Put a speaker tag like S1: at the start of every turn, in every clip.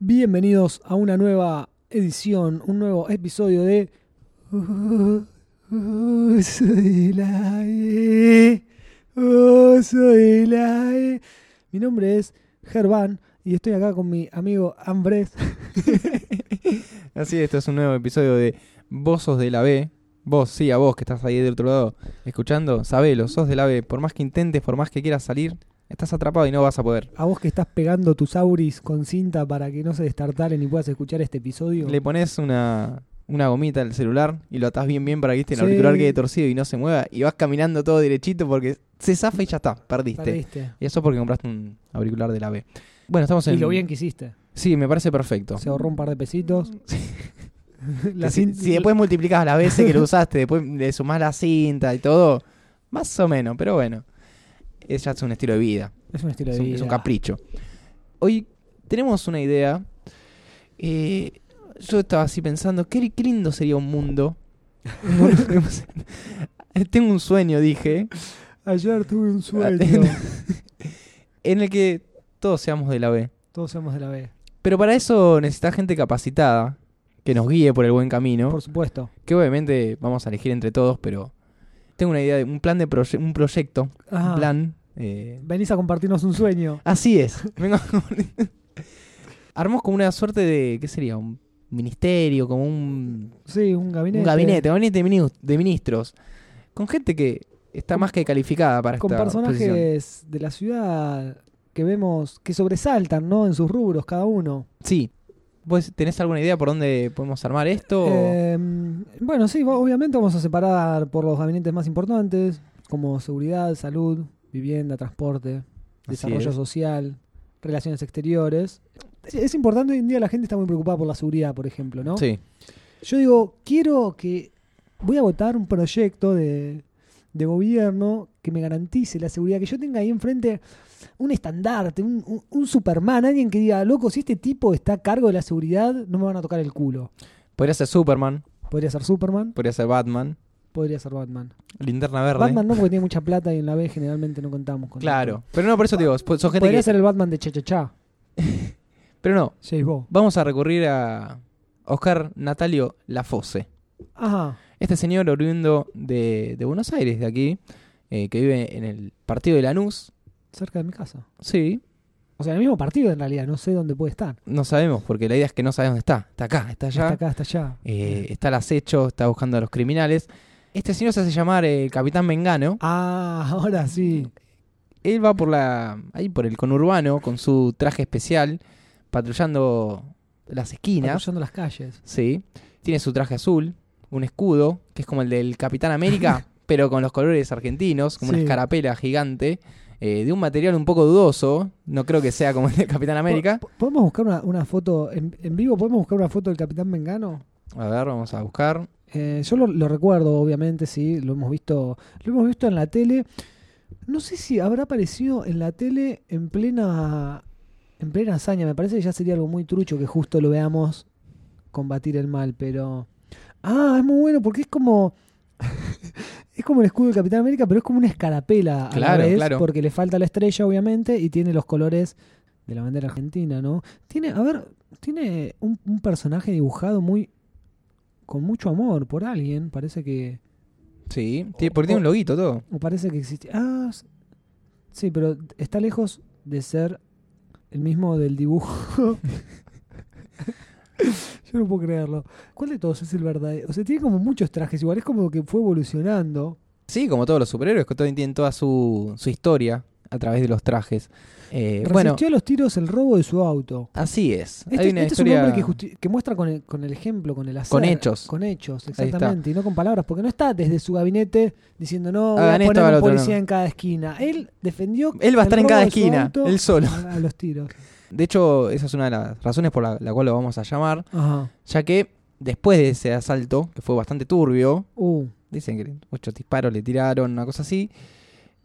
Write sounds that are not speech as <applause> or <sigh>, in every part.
S1: Bienvenidos a una nueva edición, un nuevo episodio de... Oh, soy la E, oh, soy la E. Mi nombre es Gerván y estoy acá con mi amigo Andrés.
S2: Así es, esto es un nuevo episodio de Vos sos de la B. Vos, sí, a vos que estás ahí del otro lado escuchando, sabelo, sos de la B. Por más que intentes, por más que quieras salir, estás atrapado y no vas a poder.
S1: A vos que estás pegando tus auris con cinta para que no se destartaren y puedas escuchar este episodio.
S2: Le pones una, una gomita al celular y lo atás bien bien para que este el
S1: Sí.
S2: auricular quede torcido y no se mueva y vas caminando todo derechito porque se zafa y ya está, perdiste.
S1: Perdiste.
S2: Y eso porque compraste un auricular de la B. Bueno, estamos en...
S1: Y lo bien que hiciste.
S2: Sí, me parece perfecto.
S1: Se ahorró un par de pesitos.
S2: <laughs>
S1: La
S2: Mm. Que si,
S1: cin-
S2: si después multiplicás las
S1: <laughs>
S2: veces que lo usaste, después le sumás la cinta y todo, más o menos, pero bueno. Es ya es un estilo de vida,
S1: Es un estilo
S2: es
S1: de
S2: un,
S1: vida.
S2: es un capricho. Hoy tenemos una idea. eh, yo estaba así pensando, qué, qué lindo sería un mundo. <laughs> Un mundo que hemos- Tengo un sueño, dije,
S1: Ayer tuve un sueño.
S2: <laughs> en el que todos seamos de la B.
S1: Todos somos de la B.
S2: Pero para eso necesitas gente capacitada, que nos guíe por el buen camino.
S1: Por supuesto.
S2: que obviamente vamos a elegir entre todos, pero tengo una idea de un plan de proye- un proyecto,
S1: Ah,
S2: un plan. eh,
S1: Venís a compartirnos un sueño.
S2: así es.
S1: <laughs>
S2: Vengo a- Armamos como una suerte de, ¿qué sería? Un ministerio, como un,
S1: Sí, un gabinete.
S2: un gabinete, gabinete de mini- de ministros, con gente que está más que calificada para
S1: Con
S2: esta posición.
S1: personajes de la ciudad que vemos que sobresaltan, ¿no? En sus rubros, cada uno.
S2: Sí. ¿Vos tenés alguna idea por dónde podemos armar esto?
S1: Eh, bueno, sí, va- obviamente vamos a separar por los gabinetes más importantes, como seguridad, salud, vivienda, transporte,
S2: Así
S1: desarrollo
S2: es.
S1: social, relaciones exteriores. Es- Es importante, hoy en día la gente está muy preocupada por la seguridad, por ejemplo, ¿no?
S2: Sí.
S1: Yo digo, quiero que. Voy a votar un proyecto de, de gobierno que me garantice la seguridad, que yo tenga ahí enfrente un estandarte, un, un- un Superman, alguien que diga, loco, si este tipo está a cargo de la seguridad, no me van a tocar el culo.
S2: Podría ser Superman,
S1: Podría ser Superman,
S2: podría ser Batman,
S1: podría ser Batman.
S2: Linterna Verde.
S1: Batman no, porque tiene mucha plata y en la B generalmente no contamos con
S2: Claro. Pero no, por eso te digo, son gente
S1: tanto. Podría
S2: que-
S1: ser el Batman de Cha Cha Cha,
S2: Pero no,
S1: James Bond.
S2: Vamos a recurrir a Oscar Natalio Lafose.
S1: Ajá,
S2: Este señor oriundo de, de Buenos Aires, de aquí, eh, que vive en el partido de Lanús.
S1: cerca de mi casa.
S2: Sí,
S1: O sea, en el mismo partido en realidad, no sé dónde puede estar.
S2: no sabemos, porque la idea es que no sabemos dónde está. Está acá, está allá.
S1: Hasta acá, hasta allá.
S2: Eh, está al acecho, está buscando a los criminales. Este señor se hace llamar el Capitán Mengano.
S1: Ah, <laughs> ahora sí.
S2: Él va por la ahí por el conurbano con su traje especial, patrullando las esquinas.
S1: Patrullando las calles.
S2: Sí. Tiene su traje azul, un escudo, que es como el del Capitán
S1: <laughs>
S2: América, pero con los colores argentinos, como
S1: Sí.
S2: una escarapela gigante, eh, de un material un poco dudoso. No creo que sea como el del Capitán América.
S1: Po- ¿Podemos buscar una, una foto en, en vivo? ¿Podemos buscar una foto del Capitán Mengano?
S2: A ver, vamos a buscar.
S1: Eh, yo lo, lo recuerdo, obviamente, sí, lo hemos visto, lo hemos visto en la tele. No sé si habrá aparecido en la tele en plena en plena hazaña. Me parece que ya sería algo muy trucho que justo lo veamos combatir el mal, pero ah, es muy bueno porque es como <laughs> es como el escudo del Capitán América, pero es como una escarapela a la
S2: Claro,
S1: vez,
S2: claro.
S1: porque le falta la estrella, obviamente, y tiene los colores de la bandera argentina, ¿no? Tiene, a ver, tiene un, un personaje dibujado muy con mucho amor por alguien. Parece que
S2: Sí, tiene- porque tiene un loguito todo.
S1: o parece que existe. Ah, s- sí, pero está lejos de ser el mismo del dibujo. <laughs> Yo no puedo creerlo. ¿Cuál de todos es el verdadero? O sea, tiene como muchos trajes. Igual es como que fue evolucionando.
S2: Sí, como todos los superhéroes, que todos tienen toda su, su historia a través de los trajes. Eh,
S1: Resistió
S2: bueno,
S1: a los tiros el robo de su auto.
S2: así es.
S1: Este,
S2: Hay una
S1: este es un
S2: historia-
S1: hombre que, justi- que muestra con el, con el ejemplo, con el hacer.
S2: Con hechos.
S1: Con hechos,
S2: está.
S1: exactamente. Y no con palabras, porque no está desde su gabinete diciendo, no, voy a
S2: Hagan esto,
S1: poner
S2: hagan
S1: un
S2: lo otro",
S1: policía
S2: no.
S1: en cada esquina. Él
S2: <laughs>
S1: defendió
S2: Él va a
S1: el
S2: estar en
S1: robo
S2: cada
S1: de su
S2: esquina,
S1: auto
S2: él solo.
S1: A, a los tiros.
S2: De hecho, esa es una de las razones por la- la cual lo vamos a llamar.
S1: Ajá.
S2: ya que después de ese asalto, que fue bastante turbio,
S1: Uh,
S2: dicen que ocho disparos le tiraron, una cosa así,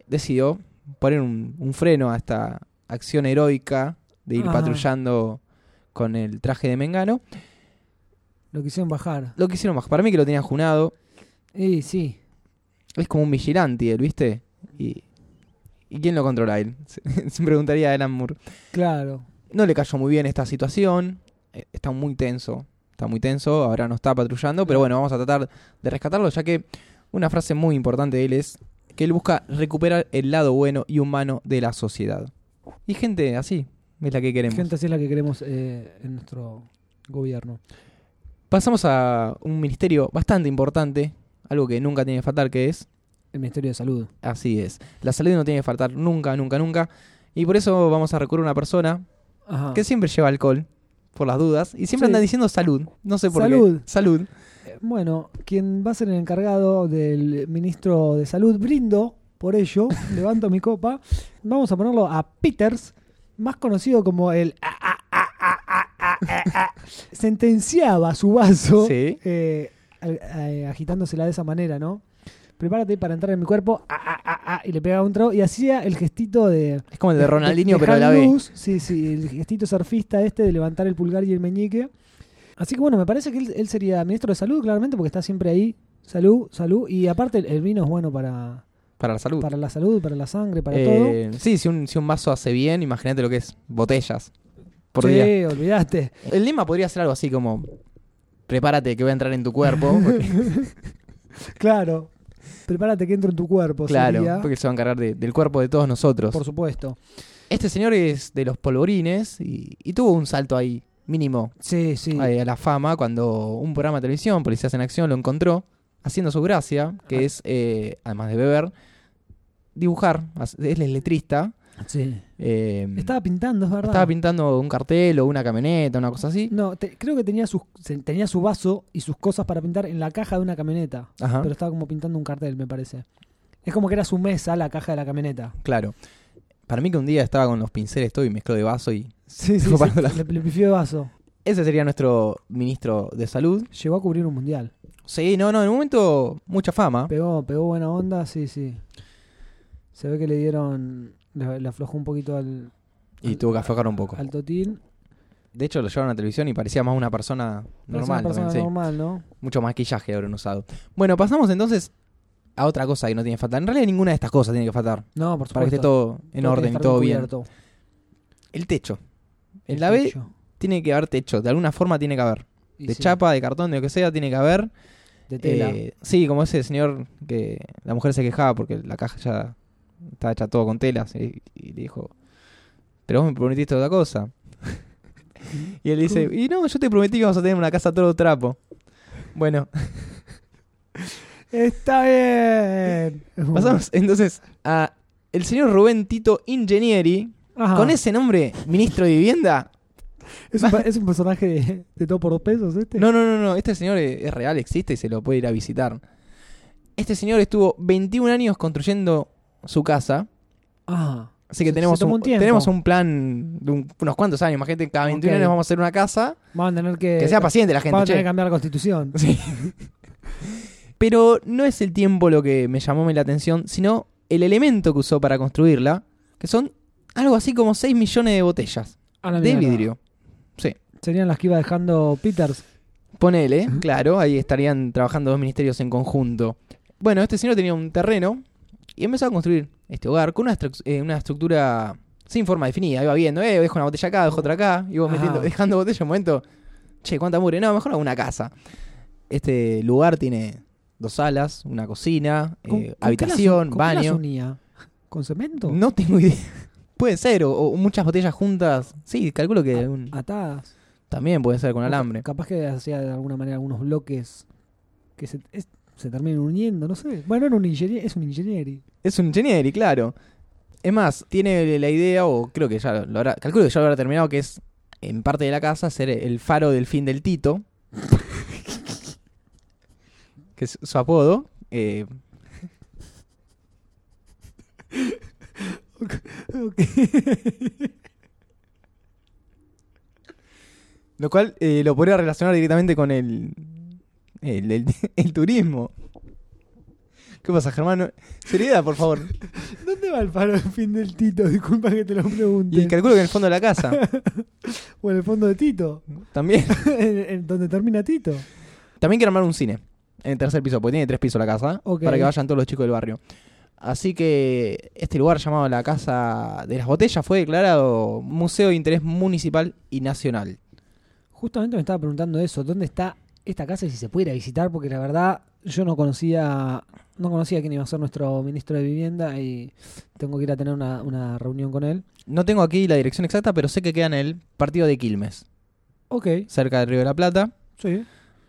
S2: decidió poner un, un freno a esta acción heroica de ir
S1: Ajá.
S2: patrullando con el traje de Mengano.
S1: lo quisieron bajar.
S2: Lo que hicieron más, para mí que lo tenían junado,
S1: Y sí.
S2: es como un vigilante, él, ¿viste? Y, ¿y quién <laughs> lo controla a él? Se se preguntaría Alan Moore.
S1: Claro.
S2: No le cayó muy bien esta situación. eh, está muy tenso. Está muy tenso, ahora no está patrullando, pero bueno, vamos a tratar de rescatarlo, ya que una frase muy importante de él es que él busca recuperar el lado bueno y humano de la sociedad. Y gente así es la que queremos.
S1: Gente así es la que queremos eh, en nuestro gobierno.
S2: Pasamos a un ministerio bastante importante, algo que nunca tiene que faltar, que es
S1: El Ministerio de Salud.
S2: Así es. La salud no tiene que faltar nunca, nunca, nunca. Y por eso vamos a recurrir a una persona
S1: Ajá.
S2: que siempre lleva alcohol, por las dudas, y siempre
S1: Ah. Sí.
S2: anda diciendo salud. No sé por
S1: Salud.
S2: qué. Salud.
S1: Eh, Bueno, quien va a ser el encargado del ministro de Salud, brindo por ello, <laughs> levanto mi copa. Vamos a ponerlo a Peters, más conocido como el... a- a- a- a- a- a- a- a. Sentenciaba su vaso
S2: Sí.
S1: eh, al- eh, agitándosela de esa manera, ¿no? Prepárate para entrar en mi cuerpo. a- a- a- a, y le pegaba un trago y hacía el gestito de...
S2: Es como el de Ronaldinho, pero de la
S1: Hal
S2: B.
S1: Luz, Sí, sí, el gestito surfista este de levantar el pulgar y el meñique. Así que bueno, me parece que él, él sería ministro de salud, claramente, porque está siempre ahí. Salud, salud. Y aparte, el, el vino es bueno para,
S2: Para la salud.
S1: para la salud, para la sangre, para todo.
S2: Eh, Sí, si un, si un vaso hace bien, imagínate lo que es botellas por
S1: sí,
S2: día.
S1: olvidaste.
S2: El lema podría ser algo así como: prepárate que voy a entrar en
S1: <laughs>
S2: tu cuerpo. porque-
S1: <laughs> Claro. Prepárate que entro en tu cuerpo.
S2: claro,
S1: sería,
S2: porque se va a encargar de- del cuerpo de todos nosotros.
S1: por supuesto.
S2: Este señor es de los polvorines y, y tuvo un salto ahí, mínimo,
S1: Sí, sí.
S2: eh, a la fama cuando un programa de televisión, Policías en Acción, lo encontró haciendo su gracia, que
S1: Ah.
S2: es, eh, además de beber, dibujar. Hace- Él es letrista.
S1: sí.
S2: eh,
S1: Estaba pintando, es verdad.
S2: estaba pintando un cartel o una camioneta, una cosa así.
S1: No, te- creo que tenía, sus, se- tenía su vaso y sus cosas para pintar en la caja de una camioneta.
S2: Ajá.
S1: pero estaba como pintando un cartel, me parece. Es como que era su mesa, la caja de la camioneta.
S2: Claro. Para mí que un día estaba con los pinceles todo y mezcló de vaso y...
S1: Sí,
S2: sí, sí.
S1: Le, le pifió de vaso.
S2: Ese sería nuestro ministro de salud.
S1: Llegó a cubrir un mundial.
S2: Sí, no, no, en un momento mucha fama.
S1: Pegó, pegó buena onda, sí, sí. Se ve que le dieron. Le, le aflojó un poquito al,
S2: Y tuvo que aflojar un poco.
S1: al totín.
S2: De hecho, lo llevaron a la televisión y parecía más una persona
S1: Parece
S2: normal.
S1: una persona
S2: también, sí.
S1: normal, ¿no?
S2: Mucho maquillaje habrán usado. Bueno, pasamos entonces a otra cosa que no tiene que faltar. En realidad ninguna de estas cosas tiene que faltar.
S1: No, por supuesto.
S2: Para que esté todo en
S1: tiene que
S2: orden y
S1: estar
S2: todo bien.
S1: cubierto.
S2: El techo. En
S1: El
S2: la B
S1: techo.
S2: tiene que haber techo. De alguna forma tiene que haber.
S1: Y
S2: de
S1: sí,
S2: chapa, de cartón, de lo que sea, tiene que haber.
S1: De tela.
S2: Eh, sí, como ese señor que la mujer se quejaba porque la caja ya estaba hecha todo con telas. Y, y le dijo, pero vos me prometiste
S1: <laughs>
S2: otra cosa. y él dice, y no, yo te prometí que vamos a tener una casa todo trapo. Bueno,
S1: <laughs> Está bien.
S2: pasamos entonces a el señor Rubén Tito Ingenieri.
S1: Ajá.
S2: Con ese nombre, ministro de vivienda.
S1: ¿Es un, pa- es un personaje de, de todo por dos pesos este?
S2: No, no, no, no, este señor es, es real, existe y se lo puede ir a visitar. Este señor estuvo 21 años construyendo su casa.
S1: Ajá.
S2: Así que
S1: Se-
S2: tenemos,
S1: se tomó
S2: un,
S1: un tiempo.
S2: tenemos un plan de un- unos cuantos años. Imagínate, cada
S1: Ok.
S2: 21 años vamos a hacer una casa.
S1: Van a tener que.
S2: Que sea paciente la gente.
S1: Vamos a tener
S2: che.
S1: que cambiar la constitución.
S2: Sí. Pero no es el tiempo lo que me llamó la atención, sino el elemento que usó para construirla, que son algo así como 6 millones de botellas
S1: A la
S2: de
S1: mierda.
S2: vidrio.
S1: Serían las que iba dejando Peters.
S2: Ponele, claro, ahí estarían trabajando dos ministerios en conjunto. Bueno, este señor tenía un terreno y empezó a construir este hogar con una, estru- eh, una estructura sin forma definida. Iba viendo, eh, dejo una botella acá, dejo otra acá, iba
S1: Ajá.
S2: metiendo, dejando botellas en un momento. Che, cuánta mugre, no, mejor hago una casa. Este lugar tiene dos salas, una cocina, eh,
S1: ¿Con- con qué las-
S2: habitación,
S1: con qué las
S2: baño.
S1: unía? ¿Con cemento?
S2: No tengo idea. <laughs> Puede ser, o, o muchas botellas juntas. Sí, calculo que un-
S1: Atadas.
S2: también puede ser con alambre.
S1: Capaz que hacía de alguna manera algunos bloques que se, es- se terminen uniendo, no sé. Bueno, era un ingeniero, es un ingeniero.
S2: Es un ingeniero, claro. Es más, tiene la idea, o creo que ya lo habrá, calculo que ya lo habrá terminado, que es en parte de la casa ser el faro del fin del Tito. <laughs> que es su apodo. eh, lo cual eh, lo podría relacionar directamente con el, el, el- el turismo. ¿Qué pasa, Germán? Seriedad, por
S1: <laughs>
S2: favor.
S1: ¿Dónde va el paro del fin del Tito? <laughs> Disculpa que te lo
S2: Y
S1: pregunte.
S2: calculo que en el fondo de la casa.
S1: <laughs> O en el fondo de Tito, <laughs>
S2: También.
S1: en, en donde termina Tito.
S2: También quiero armar un cine en el tercer piso, porque tiene tres pisos la casa,
S1: Ok.
S2: para que vayan todos los chicos del barrio. Así que este lugar llamado la Casa de las Botellas fue declarado Museo de Interés Municipal y Nacional.
S1: Justamente me estaba preguntando eso, ¿dónde está esta casa y si se puede ir a visitar? Porque la verdad yo no conocía no conocía quién iba a ser nuestro ministro de vivienda y tengo que ir a tener una, una reunión con él.
S2: No tengo aquí la dirección exacta, pero sé que queda en el partido de Quilmes,
S1: Ok,
S2: cerca del Río de la Plata.
S1: sí.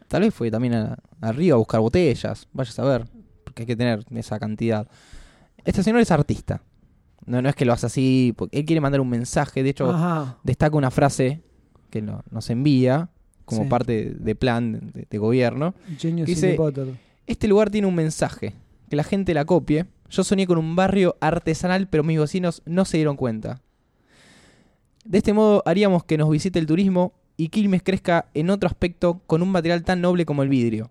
S2: Tal vez fue también a- arriba a buscar botellas, vaya a saber, porque hay que tener esa cantidad. Este señor es artista. No, no es que lo hace así, porque él quiere mandar un mensaje. De hecho,
S1: Ajá.
S2: destaca una frase que no- nos envía como
S1: Sí.
S2: parte de plan de, de gobierno.
S1: Genius
S2: Dice-
S1: City Potter.
S2: Este lugar tiene un mensaje, que la gente la copie. Yo soñé con un barrio artesanal, pero mis vecinos no se dieron cuenta. De este modo haríamos que nos visite el turismo y Quilmes crezca en otro aspecto con un material tan noble como el vidrio.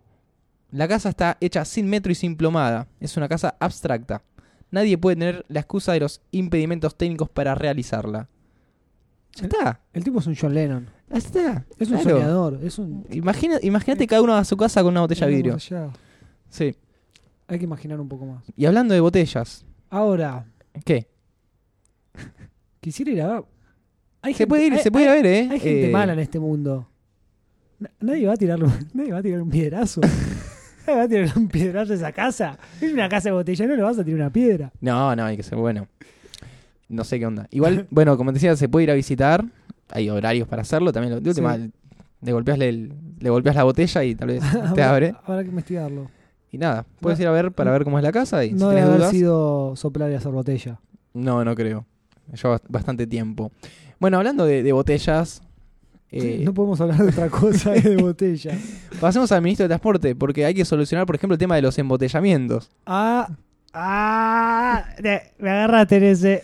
S2: La casa está hecha sin metro y sin plomada, es una casa abstracta. Nadie puede tener la excusa de los impedimentos técnicos para realizarla. Ya está,
S1: El tipo es un John Lennon.
S2: ya está.
S1: Es un
S2: claro.
S1: soñador. Es un.
S2: Imagina- Imagínate cada uno a su casa con una botella de
S1: Una
S2: vidrio.
S1: botella.
S2: Sí.
S1: Hay que imaginar un poco más.
S2: Y hablando de botellas,
S1: Ahora,
S2: ¿Qué?
S1: quisiera ir a ver. Hay
S2: se puede ir,
S1: hay-
S2: se puede ir a ver, ¿eh?
S1: hay- Hay gente
S2: Eh,
S1: mala en este mundo. Na- Nadie va a tirar, nadie va a tirar un <laughs>
S2: <laughs>
S1: piedrazo. nadie va a tirar un piedrazo a esa casa. Es una casa de botella, no le vas a tirar una piedra.
S2: No, no, hay que ser bueno. No sé qué onda. Igual, <laughs> bueno, como te decía, se puede ir a visitar. Hay horarios para hacerlo. También, lo- de última,
S1: Sí.
S2: le, golpeas el- le golpeas la botella y tal vez
S1: <laughs>
S2: te
S1: Habrá-
S2: abre.
S1: Habrá que investigarlo.
S2: Y nada, puedes ir a ver para ver cómo es la casa y
S1: No
S2: si
S1: debe
S2: tienes
S1: haber
S2: dudas.
S1: sido soplar y hacer botella.
S2: No, no creo. Lleva bast- bastante tiempo. Bueno, hablando de, de botellas, eh,
S1: no podemos hablar de otra cosa que de
S2: <laughs>
S1: botella.
S2: pasemos al ministro de Transporte, porque hay que solucionar, por ejemplo, el tema de los embotellamientos.
S1: Ah, ah, de- me agarraste en ese.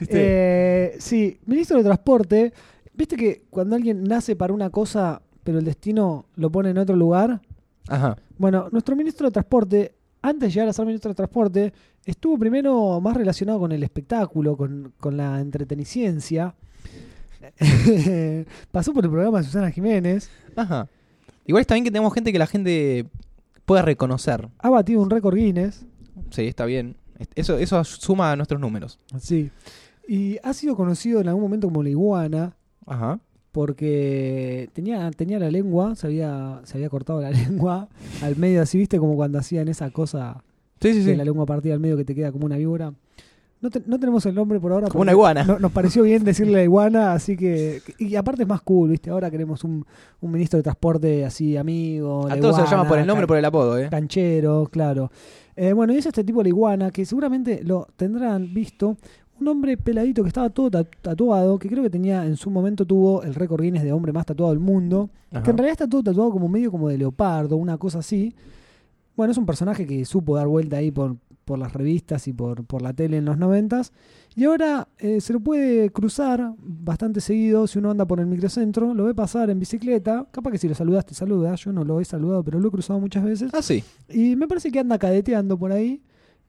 S2: ¿Viste?
S1: Eh, sí, ministro de Transporte. ¿Viste que cuando alguien nace para una cosa, pero el destino lo pone en otro lugar?
S2: Ajá.
S1: Bueno, nuestro ministro de Transporte, antes de llegar a ser ministro de Transporte, estuvo primero más relacionado con el espectáculo, con, con la entreteniciencia. <laughs> Pasó por el programa de Susana Jiménez.
S2: Ajá. Igual está bien que tenemos gente que la gente pueda reconocer.
S1: Ha batido un récord Guinness.
S2: Sí, está bien. Est- Eso, eso suma a nuestros números.
S1: Sí. Y ha sido conocido en algún momento como la iguana.
S2: Ajá.
S1: porque tenía, tenía la lengua, se había, se había cortado la <laughs> lengua al medio, así viste, como cuando hacían esa cosa
S2: Sí, sí,
S1: de
S2: sí.
S1: la lengua partida al medio que te queda como una víbora. No, te- no tenemos el nombre por ahora.
S2: Como una
S1: porque
S2: iguana.
S1: no- nos pareció bien decirle la iguana, así que.
S2: <laughs>
S1: Y aparte es más cool, ¿viste? Ahora queremos un, un ministro de transporte así, amigo.
S2: A
S1: la
S2: todos se lo llama
S1: iguana,
S2: por el nombre,
S1: ca-
S2: por el apodo, ¿eh?
S1: Canchero, claro. Eh, bueno, y es este tipo la iguana, que seguramente lo tendrán visto. Un hombre peladito que estaba todo ta- tatuado, que creo que tenía en su momento tuvo el récord Guinness de hombre más tatuado del mundo.
S2: Ajá.
S1: Que en realidad está todo tatuado como medio como de leopardo, una cosa así. Bueno, es un personaje que supo dar vuelta ahí por, por las revistas y por, por la tele en los noventas. Y ahora eh, se lo puede cruzar bastante seguido si uno anda por el microcentro, lo ve pasar en bicicleta. Capaz que si lo saludas te saluda. Yo no lo he saludado, pero lo he cruzado muchas veces.
S2: Ah, sí.
S1: Y me parece que anda cadeteando por ahí.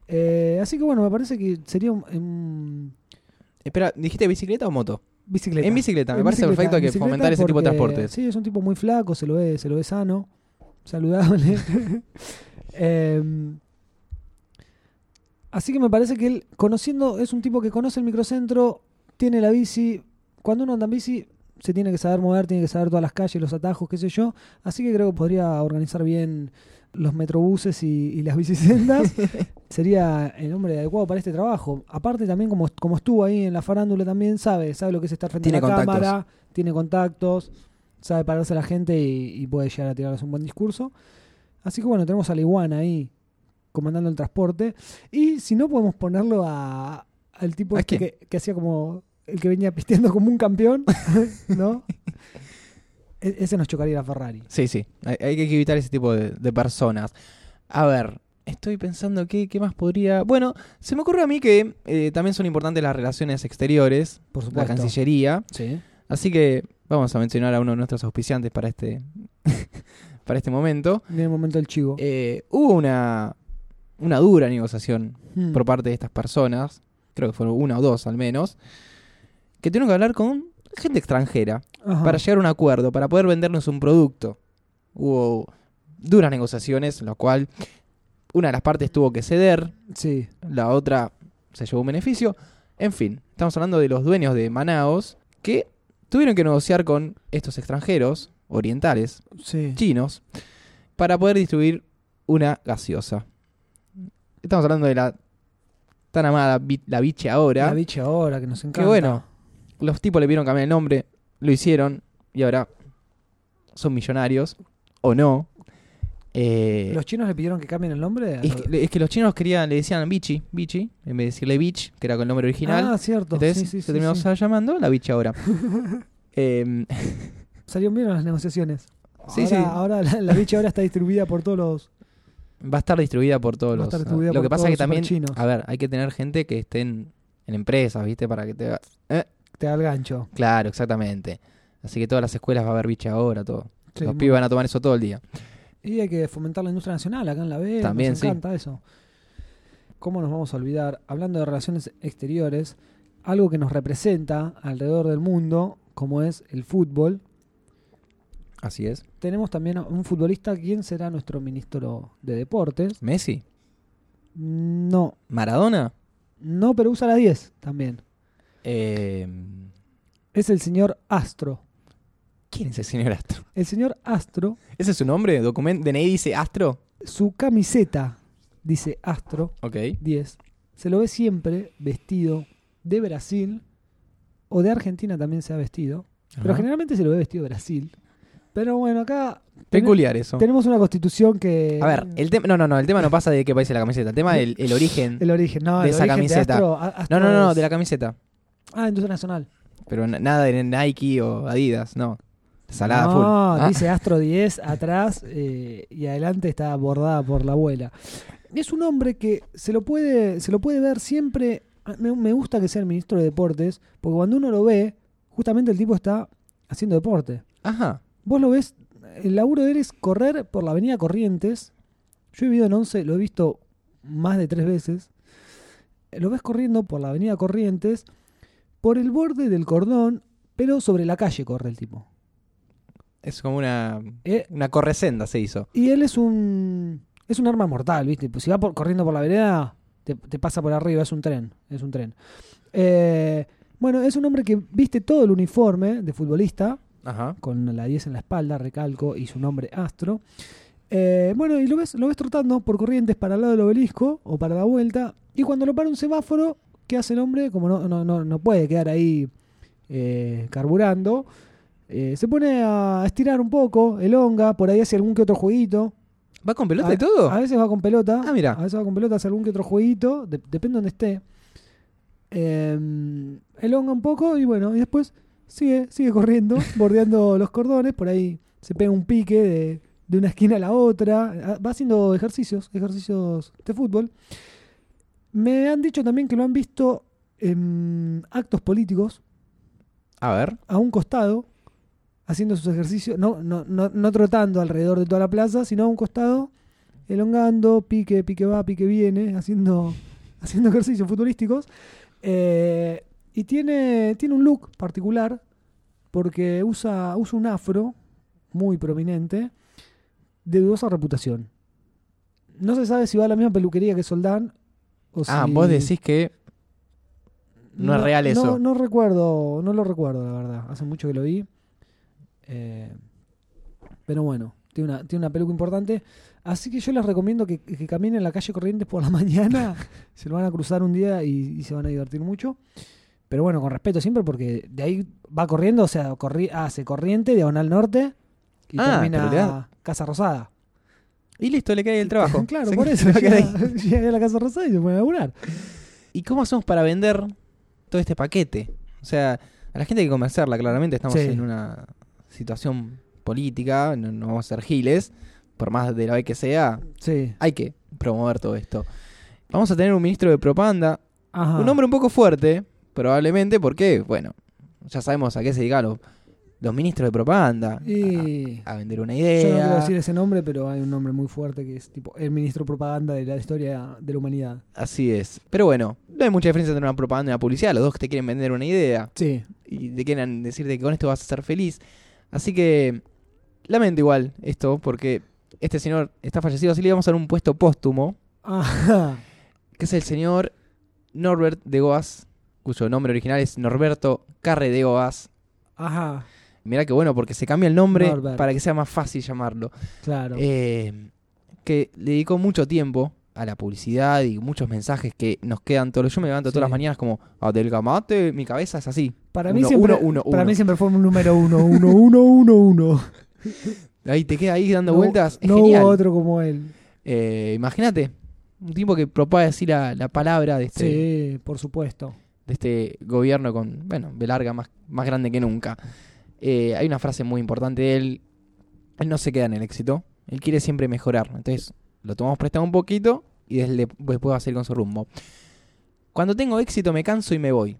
S1: Eh, así que bueno, me parece que sería un, un-
S2: Espera, ¿dijiste bicicleta o moto?
S1: bicicleta.
S2: En bicicleta, me
S1: En
S2: parece
S1: bicicleta,
S2: perfecto
S1: en
S2: que
S1: bicicleta
S2: fomentar ese tipo de
S1: porque,
S2: transportes.
S1: Sí, es un tipo muy flaco, se lo ve, se lo ve sano,
S2: <laughs>
S1: saludable. Em, así que me parece que él, conociendo, es un tipo que conoce el microcentro, tiene la bici. Cuando uno anda en bici, se tiene que saber mover, tiene que saber todas las calles, los atajos, qué sé yo. Así que creo que podría organizar bien los metrobuses y, y las
S2: <laughs>
S1: bicisendas. Sería el hombre adecuado para este trabajo. Aparte también, como, como estuvo ahí en la farándula también, sabe, sabe lo que es estar frente
S2: Tiene
S1: a la
S2: contactos.
S1: cámara, tiene contactos, sabe pararse a la gente y, y puede llegar a tirarles un buen discurso. Así que bueno, tenemos a la iguana ahí comandando el transporte. Y si no, podemos ponerlo a, al tipo
S2: ¿A
S1: este
S2: quién?
S1: que, que hacía como el que venía pisteando como un
S2: <laughs>
S1: campeón, ¿no? E- ese nos chocaría la Ferrari.
S2: Sí, sí. Hay, hay que evitar ese tipo de, de personas. A ver, estoy pensando qué, qué más podría. Bueno, se me ocurre a mí que eh, también son importantes las relaciones exteriores,
S1: Por
S2: la
S1: supuesto.
S2: Cancillería.
S1: Sí.
S2: Así que vamos a mencionar a uno de nuestros auspiciantes para este, <laughs> para este momento.
S1: En el momento del chivo.
S2: Eh, hubo una, una dura negociación
S1: Mm.
S2: por parte de estas personas, creo que fueron una o dos al menos, que tuvieron que hablar con gente extranjera
S1: Ajá.
S2: para llegar a un acuerdo, para poder vendernos un producto. Hubo duras negociaciones, lo cual una de las partes tuvo que ceder,
S1: Sí.
S2: la otra se llevó un beneficio. En fin, estamos hablando de los dueños de Manaos que tuvieron que negociar con estos extranjeros, orientales,
S1: Sí.
S2: chinos, para poder distribuir una gaseosa. Estamos hablando de la tan amada Bi- la biche ahora.
S1: La bicha ahora, que nos encanta.
S2: que bueno, los tipos le vieron cambiar el nombre, lo hicieron y ahora son millonarios o no. Eh,
S1: ¿Los chinos le pidieron que cambien el nombre?
S2: es, que, es que los chinos querían, le decían bichi, bichi, en vez de decirle bitch, que era con el nombre original.
S1: Ah, cierto.
S2: Entonces
S1: sí, sí,
S2: se
S1: sí,
S2: terminó
S1: sí.
S2: llamando la
S1: <laughs>
S2: biche ahora. Em,
S1: Salieron bien las negociaciones.
S2: Sí,
S1: ahora,
S2: sí.
S1: Ahora la, la bicha ahora está distribuida por todos los...
S2: Va a estar distribuida por todos
S1: Va a
S2: los. ah,
S1: estar distribuida
S2: lo
S1: por
S2: que pasa
S1: todos
S2: es que
S1: los
S2: también.
S1: superchinos.
S2: A ver, hay que tener gente que estén en empresas, ¿viste? Para que te. haga-
S1: Te da el gancho.
S2: Claro, exactamente. Así que todas las escuelas va a haber biche ahora, todo.
S1: Sí,
S2: los
S1: muy-
S2: pibes van a tomar eso todo el día.
S1: Y hay que fomentar la industria nacional acá en la B.
S2: También,
S1: nos
S2: sí.
S1: encanta eso. ¿Cómo nos vamos a olvidar? Hablando de relaciones exteriores, algo que nos representa alrededor del mundo, como es el fútbol.
S2: Así es.
S1: Tenemos también a un futbolista, ¿quién será nuestro ministro de deportes?
S2: ¿Messi?
S1: No,
S2: ¿Maradona?
S1: no, pero usa la 10 también.
S2: Eh,
S1: Es el señor Astro.
S2: ¿Quién es el señor Astro? <laughs>
S1: El señor Astro,
S2: ¿Ese es su nombre? ¿Documento? ¿DNI dice Astro?
S1: su camiseta dice Astro,
S2: Ok.
S1: 10. Se lo ve siempre vestido de Brasil o de Argentina también se ha vestido. Pero
S2: Ajá.
S1: generalmente se lo ve vestido de Brasil. Pero bueno, acá ten-
S2: Peculiar eso.
S1: tenemos una constitución que...
S2: A ver, el tema. No, no, no. El tema no pasa de qué país es la camiseta. El tema del el origen.
S1: El origen, no,
S2: de
S1: el
S2: esa
S1: origen
S2: camiseta.
S1: Astro- a- Astro
S2: No, no, no,
S1: es-
S2: de la camiseta.
S1: Ah, Industria Nacional.
S2: Pero na- nada de Nike o Adidas, no. Salada
S1: no,
S2: full. Ah.
S1: dice Astro
S2: <laughs>
S1: 10 atrás eh, y adelante está bordada por la abuela. Es un hombre que se lo puede, se lo puede ver siempre. Ah, Me, me gusta que sea el ministro de deportes, porque cuando uno lo ve, justamente el tipo está haciendo deporte.
S2: Ah, Ajá.
S1: Vos lo ves, el laburo de él es correr por la avenida Corrientes. Yo he vivido en 11, lo he visto más de tres veces. Lo ves corriendo por la avenida Corrientes, por el borde del cordón, pero sobre la calle corre el tipo.
S2: Es como una.
S1: Eh,
S2: Una correcenda se hizo.
S1: y él es un es un arma mortal, ¿viste? Pues si va por- corriendo por la vereda, te, te pasa por arriba, es un tren, es un tren. Eh, bueno, es un hombre que viste todo el uniforme de futbolista,
S2: Ajá.
S1: con la 10 en la espalda, recalco, y su nombre Astro. Eh, bueno, y lo ves, lo ves trotando por corrientes para el lado del obelisco o para la vuelta. Y cuando lo para un semáforo, ¿qué hace el hombre? Como no, no, no, no puede quedar ahí eh, carburando, eh, se pone a estirar un poco, elonga, por ahí hace algún que otro jueguito.
S2: ¿Va con pelota
S1: A-
S2: y todo?
S1: A veces va con pelota.
S2: Ah, mirá.
S1: A veces va con pelota, hace algún que otro jueguito, de- depende donde esté. Eh, elonga un poco y bueno, y después sigue, sigue
S2: <laughs>
S1: corriendo, bordeando los cordones, por ahí se pega un pique de, de una esquina a la otra, Ah, va haciendo ejercicios, ejercicios de fútbol. Me han dicho también que lo han visto en actos políticos,
S2: A ver.
S1: a un costado, haciendo sus ejercicios, no, no, no, no trotando alrededor de toda la plaza, sino a un costado, elongando, pique, pique va, pique viene, haciendo, <laughs> haciendo ejercicios futurísticos. Eh, y tiene, tiene un look particular, porque usa, usa un afro muy prominente, de dudosa reputación. No se sabe si va a la misma peluquería que Soldán. O
S2: Ah,
S1: si-
S2: vos decís que. No es real eso.
S1: No, recuerdo, no lo recuerdo, la verdad. Hace mucho que lo vi. Eh, pero bueno, tiene una, tiene una peluca importante. Así que yo les recomiendo que, que caminen en la calle Corrientes por la <laughs> mañana. se lo van a cruzar un día y, y se van a divertir mucho. Pero bueno, con respeto siempre, porque de ahí va corriendo, o sea, corri- hace corriente, diagonal norte y
S2: Ah, pero le
S1: termina
S2: da-
S1: Casa
S2: <laughs>
S1: Rosada.
S2: Y listo, le cae el
S1: <laughs>
S2: trabajo.
S1: claro,
S2: <laughs> Se-
S1: por eso.
S2: se va a quedar ahí.
S1: Llega, <laughs> llega a la Casa Rosada y se pone a laburar.
S2: ¿Y cómo hacemos para vender todo este paquete? O sea, a la gente hay que convencerla, claramente. Estamos
S1: Sí.
S2: en una situación política, no, no vamos a ser giles. Por más de la vez que sea,
S1: Sí.
S2: hay que promover todo esto. Vamos a tener un ministro de propaganda
S1: Ajá.
S2: Un hombre un poco fuerte, probablemente, porque, bueno, ya sabemos a qué se dedican los, los ministros de propaganda.
S1: Y...
S2: Eh, A, a vender una
S1: Yo no quiero
S2: idea.
S1: decir ese nombre, pero hay un nombre muy fuerte que es tipo el ministro propaganda de la historia de la humanidad.
S2: Así es. Pero bueno, no hay mucha diferencia entre una propaganda y una publicidad. Los dos te quieren vender una idea
S1: Sí.
S2: y te quieren decirte que con esto vas a ser feliz. Así que lamento igual esto, porque este señor está fallecido, así le vamos a dar un puesto póstumo,
S1: Ajá.
S2: que es el señor Norbert de Goas, cuyo nombre original es Norberto Carre de Goas.
S1: Ajá.
S2: Mirá que bueno, porque se cambia el nombre
S1: Norbert.
S2: para que sea más fácil llamarlo.
S1: Claro.
S2: Eh, que le dedicó mucho tiempo a la publicidad y muchos mensajes que nos quedan todos. los- Yo me levanto
S1: Sí.
S2: todas las mañanas como, adelgamate, mi cabeza es así.
S1: para mí
S2: uno,
S1: siempre,
S2: uno, uno,
S1: para
S2: uno.
S1: mí siempre fue un número uno, uno, uno, uno, uno.
S2: Ahí te queda ahí <laughs> dando
S1: No-
S2: vueltas. Es
S1: no
S2: genial.
S1: hubo otro como él.
S2: Eh, Imagínate, un tipo que propaga así la, la palabra de este,
S1: Sí, por supuesto.
S2: de este gobierno con, bueno, Belarga más, más grande que nunca. Eh, hay una frase muy importante de él. Él no se queda en el éxito. Él quiere siempre mejorar. Entonces, lo tomamos prestado un poquito y desle- después va a seguir con su rumbo. Cuando tengo éxito me canso y me voy.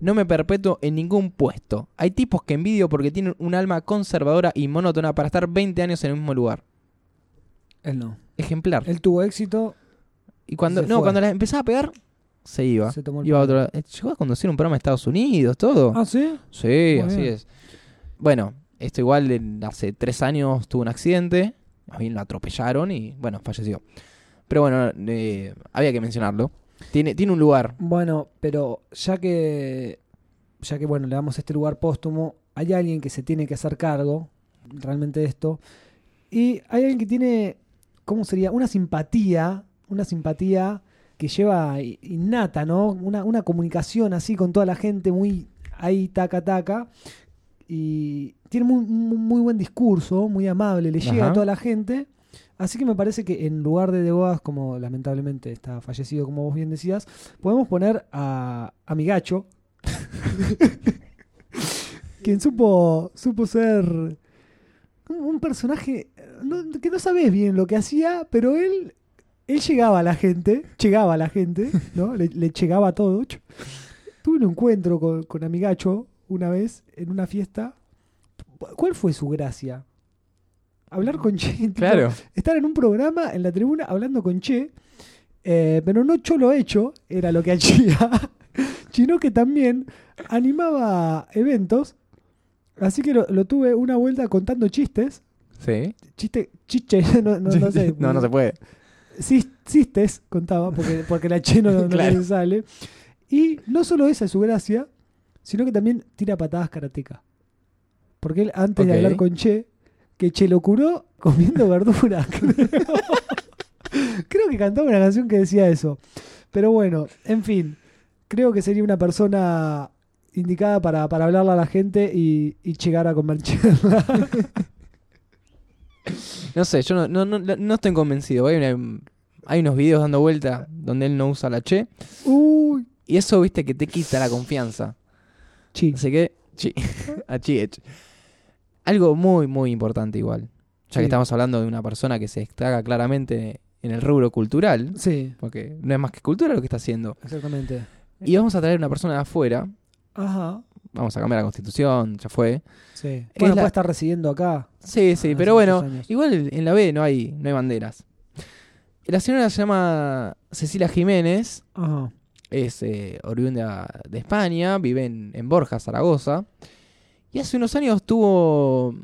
S2: No me perpetuo en ningún puesto. Hay tipos que envidio porque tienen un alma conservadora y monótona para estar 20 años en el mismo lugar.
S1: Él no.
S2: Ejemplar.
S1: Él tuvo éxito,
S2: Y cuando,
S1: Se
S2: no,
S1: fue.
S2: cuando la empezaba a pegar, se iba.
S1: se tomó el
S2: Iba a otro lado. Eh, Llegó a conducir un programa de Estados Unidos, todo.
S1: Ah, sí.
S2: sí, así
S1: bien.
S2: es. Bueno, esto igual en- hace tres años tuvo un accidente. Más bien lo atropellaron y, bueno, falleció. Pero bueno, eh, había que mencionarlo. Tiene, tiene un lugar.
S1: Bueno, pero ya que ya que bueno, le damos este lugar póstumo, hay alguien que se tiene que hacer cargo realmente de esto y hay alguien que tiene ¿cómo sería? una simpatía, una simpatía que lleva i- innata, ¿no? Una, una comunicación así con toda la gente muy ahí taca taca y tiene muy, muy muy buen discurso, muy amable, le llega
S2: Ajá.
S1: a toda la gente. Así que me parece que en lugar de De Boas, como lamentablemente está fallecido, como vos bien decías, podemos poner a, a mi gacho, <laughs> quien supo, supo ser un, un personaje eh, no- que no sabes bien lo que hacía, pero él, él llegaba a la gente, llegaba a la gente, ¿no? le, le llegaba a todo. Tuve un encuentro con, con Amigacho una vez en una fiesta. ¿Cuál fue su gracia? Hablar con <laughs> gente. Estar en un programa en la tribuna hablando con Che, eh, pero no Cholo Hecho era lo que hacía, <laughs> sino que también animaba eventos. Así que lo, lo tuve una vuelta contando chistes.
S2: <laughs> Sí.
S1: Chiste, <laughs> chiches, no, no, no sé.
S2: <laughs> no, no se puede.
S1: Cis- Cistes contaba, porque, porque la Che no,
S2: <laughs>
S1: no
S2: Claro.
S1: le sale. Y no solo esa es su gracia, sino que también tira patadas karateca. Porque él, antes
S2: Ok.
S1: de hablar con Che, que Che lo curó comiendo
S2: <laughs>
S1: verdura. creo. creo que cantaba una canción que decía eso. Pero bueno, en fin, creo que sería una persona indicada para, para hablarle a la gente y, y llegar a comer charla.
S2: <laughs> No sé, yo no, no, no, no estoy convencido. Hay, una- hay unos videos dando vuelta donde él no usa la che.
S1: Uy,
S2: Y eso, viste, que te quita la confianza.
S1: Chi.
S2: Así que, sí, <laughs> a Chiech. Algo muy, muy importante igual. Ya
S1: Sí.
S2: que estamos hablando de una persona que se destaca claramente en el rubro cultural,
S1: Sí,
S2: porque no es más que cultura lo que está haciendo.
S1: exactamente.
S2: Y vamos a traer una persona de afuera,
S1: Ajá.
S2: vamos a cambiar la constitución, ya fue.
S1: Sí.
S2: Es
S1: Bueno,
S2: la-
S1: puede estar residiendo acá.
S2: Sí, sí,
S1: Ah, Hace muchos
S2: pero bueno,
S1: años.
S2: igual en la B no hay, no hay banderas. La señora se llama Cecilia Jiménez,
S1: Ajá.
S2: es eh, oriunda de España, vive en, en Borja, Zaragoza. Y hace unos años tuvo,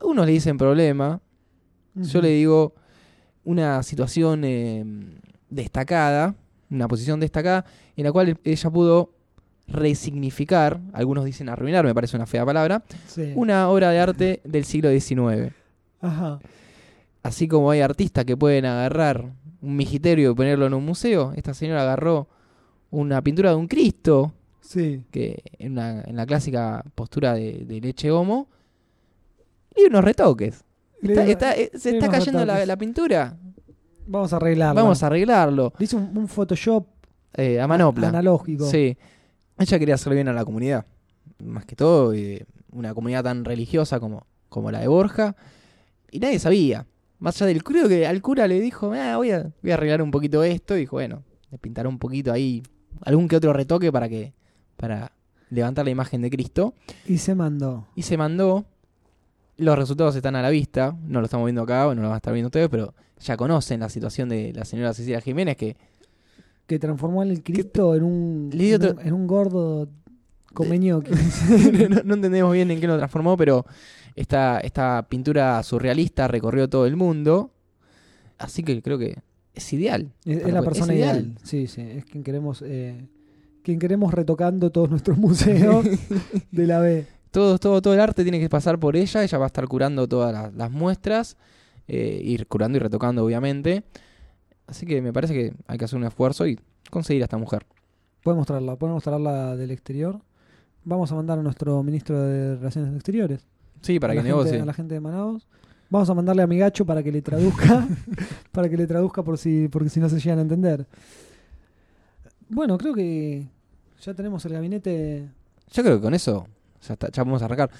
S2: unos le dicen problema, yo
S1: Ujú.
S2: le digo una situación eh, destacada, una posición destacada, en la cual ella pudo resignificar, algunos dicen arruinar, me parece una fea palabra,
S1: Sí.
S2: una obra de arte del siglo XIX.
S1: Ajá.
S2: Así como hay artistas que pueden agarrar un migiterio y ponerlo en un museo, esta señora agarró una pintura de un Cristo,
S1: Sí.
S2: que en, una- en la clásica postura de, de leche homo, y unos retoques. Está- está- eh, se
S1: le
S2: está
S1: unos
S2: cayendo la-
S1: retoques.
S2: la pintura.
S1: Vamos a arreglarlo.
S2: Vamos a arreglarlo.
S1: Le hice un, un Photoshop
S2: eh, a manopla.
S1: analógico.
S2: Sí. Ella quería hacer bien a la comunidad. Más que todo, eh, una comunidad tan religiosa como, como la de Borja. Y nadie sabía. Más allá del creo que al cura le dijo, "Ah, voy, a, voy a arreglar un poquito esto. Y dijo, bueno, le pintaré un poquito ahí algún que otro retoque para que para levantar la imagen de Cristo.
S1: Y se mandó.
S2: Y se mandó. Los resultados están a la vista. No lo estamos viendo acá, bueno, no lo van a estar viendo ustedes, pero ya conocen la situación de la señora Cecilia Jiménez que <laughs>
S1: Que transformó al Cristo en un,
S2: Le di
S1: en,
S2: otro-
S1: un, en un gordo
S2: <laughs>
S1: comeñoqui.
S2: no, no entendemos bien en qué lo transformó, pero esta, esta pintura surrealista recorrió todo el mundo. Así que creo que es ideal.
S1: es, es
S2: Para-
S1: la
S2: es
S1: persona
S2: ideal.
S1: ideal. Sí, sí. Es
S2: <laughs>
S1: quien queremos, eh, quien queremos retocando todos nuestros museos de la B.
S2: Todo, todo, todo el arte tiene que pasar por ella. Ella va a estar curando todas las, las muestras. eh, ir curando y retocando, obviamente. Así que me parece que hay que hacer un esfuerzo y conseguir a esta mujer.
S1: Podemos traerla, podemos traerla del exterior. Vamos a mandar a nuestro ministro de Relaciones Exteriores.
S2: Sí, para
S1: a la
S2: que
S1: gente-
S2: negocie.
S1: a la gente de Manaus. Vamos a mandarle a mi gacho para que le
S2: <laughs>
S1: traduzca, para que le traduzca por si, porque si no se llegan a entender. Bueno, creo que ya tenemos el gabinete.
S2: Yo creo que con eso ya, está, ya vamos a arrancar.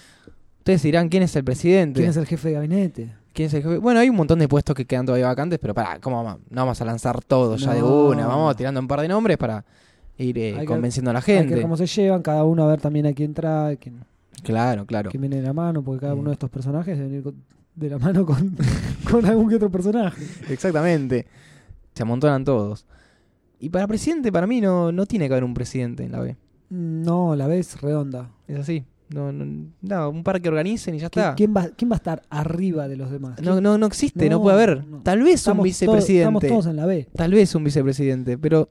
S2: Ustedes dirán quién es el presidente.
S1: ¿Quién es el jefe de gabinete?
S2: ¿Quién es el jefe? Bueno, hay un montón de puestos que quedan todavía vacantes, pero para, ¿cómo vamos? No vamos a lanzar todo ya de
S1: No.
S2: una. Vamos tirando un par de nombres para ir eh,
S1: Hay que-
S2: convenciendo a la
S1: Hay que ver
S2: gente.
S1: cómo se llevan, cada uno a ver también a quién trae, quién,
S2: Claro, claro.
S1: quién viene de la mano, porque cada
S2: Mm.
S1: uno de estos personajes debe venir con- de la mano con, <laughs> con algún que otro personaje.
S2: Exactamente. Se amontonan todos. Y para presidente, para mí no, no tiene que haber un presidente en la B.
S1: No, la ves redonda.
S2: Es así. No, no, no, un par que organicen y ya
S1: ¿Qui-
S2: está.
S1: ¿Quién va, ¿Quién va a estar arriba de los demás?
S2: No, no, no existe, no,
S1: No,
S2: puede haber.
S1: no.
S2: Tal vez
S1: Estamos
S2: un
S1: todos-
S2: vicepresidente.
S1: Estamos todos en la B.
S2: Tal vez un vicepresidente, pero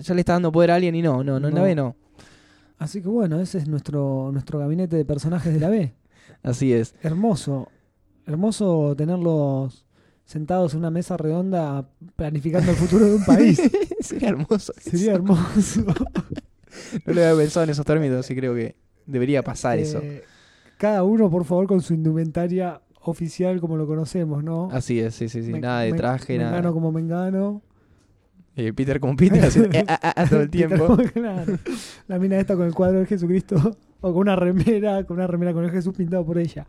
S2: ya le está dando poder a alguien y no, no, no, en la
S1: No.
S2: B no.
S1: Así que bueno, ese es nuestro, nuestro gabinete de personajes de la B.
S2: Así es.
S1: Hermoso. Hermoso tenerlos sentados en una mesa redonda planificando el futuro de un país.
S2: <laughs> Sería hermoso.
S1: <laughs> Sería hermoso.
S2: No lo había pensado en esos términos, así creo que debería pasar eso.
S1: Eh, cada uno, por favor, con su indumentaria oficial como lo conocemos, ¿no?
S2: Así es, Ah, sí, sí, sí.
S1: Me-
S2: nada de
S1: me-
S2: traje, nada.
S1: Mengano como Mengano.
S2: Eh, Peter como Peter, así, eh, ah, ah, ah,
S1: <laughs>
S2: todo el tiempo.
S1: Claro. La mina esta con el cuadro de Jesucristo. O con una remera, con una remera con el Jesús pintado por ella.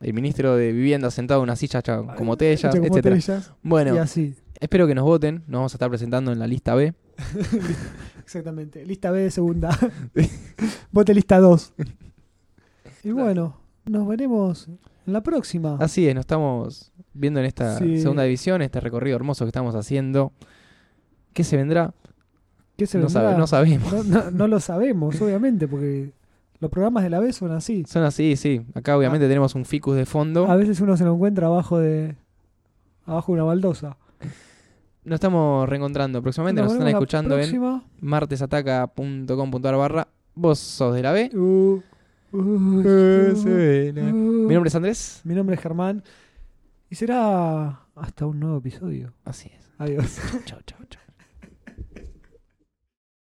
S2: El ministro de Vivienda sentado en una silla hecha con botella,
S1: Hecha con
S2: etcétera.
S1: botellas, Y
S2: Bueno,
S1: así.
S2: espero que nos voten. Nos vamos a estar presentando en la lista B.
S1: Exactamente. Lista B de
S2: <laughs>
S1: segunda. Vote lista 2. Y
S2: Claro.
S1: bueno, nos veremos en la próxima.
S2: Así es, nos estamos viendo en esta
S1: Ah. Sí.
S2: segunda división, este recorrido hermoso que estamos haciendo. ¿Qué se vendrá?
S1: ¿Qué se
S2: no,
S1: vendrá?
S2: sabe- no sabemos.
S1: No- no- no lo sabemos, obviamente, porque los programas de la B son así.
S2: Son así, sí. Acá obviamente tenemos un ficus de fondo.
S1: Ah. A veces uno se lo encuentra abajo de abajo de una baldosa.
S2: Nos estamos reencontrando próximamente. Nos,
S1: vemos
S2: están
S1: la
S2: escuchando en
S1: próxima.
S2: martesataca.com.ar barra vos sos de la B.
S1: Uh, uh,
S2: Mi
S1: uh.
S2: nombre es Andrés.
S1: Mi nombre es Germán. Y será hasta un nuevo episodio.
S2: Así es.
S1: <laughs> Adiós.
S2: Chao, chao, chao.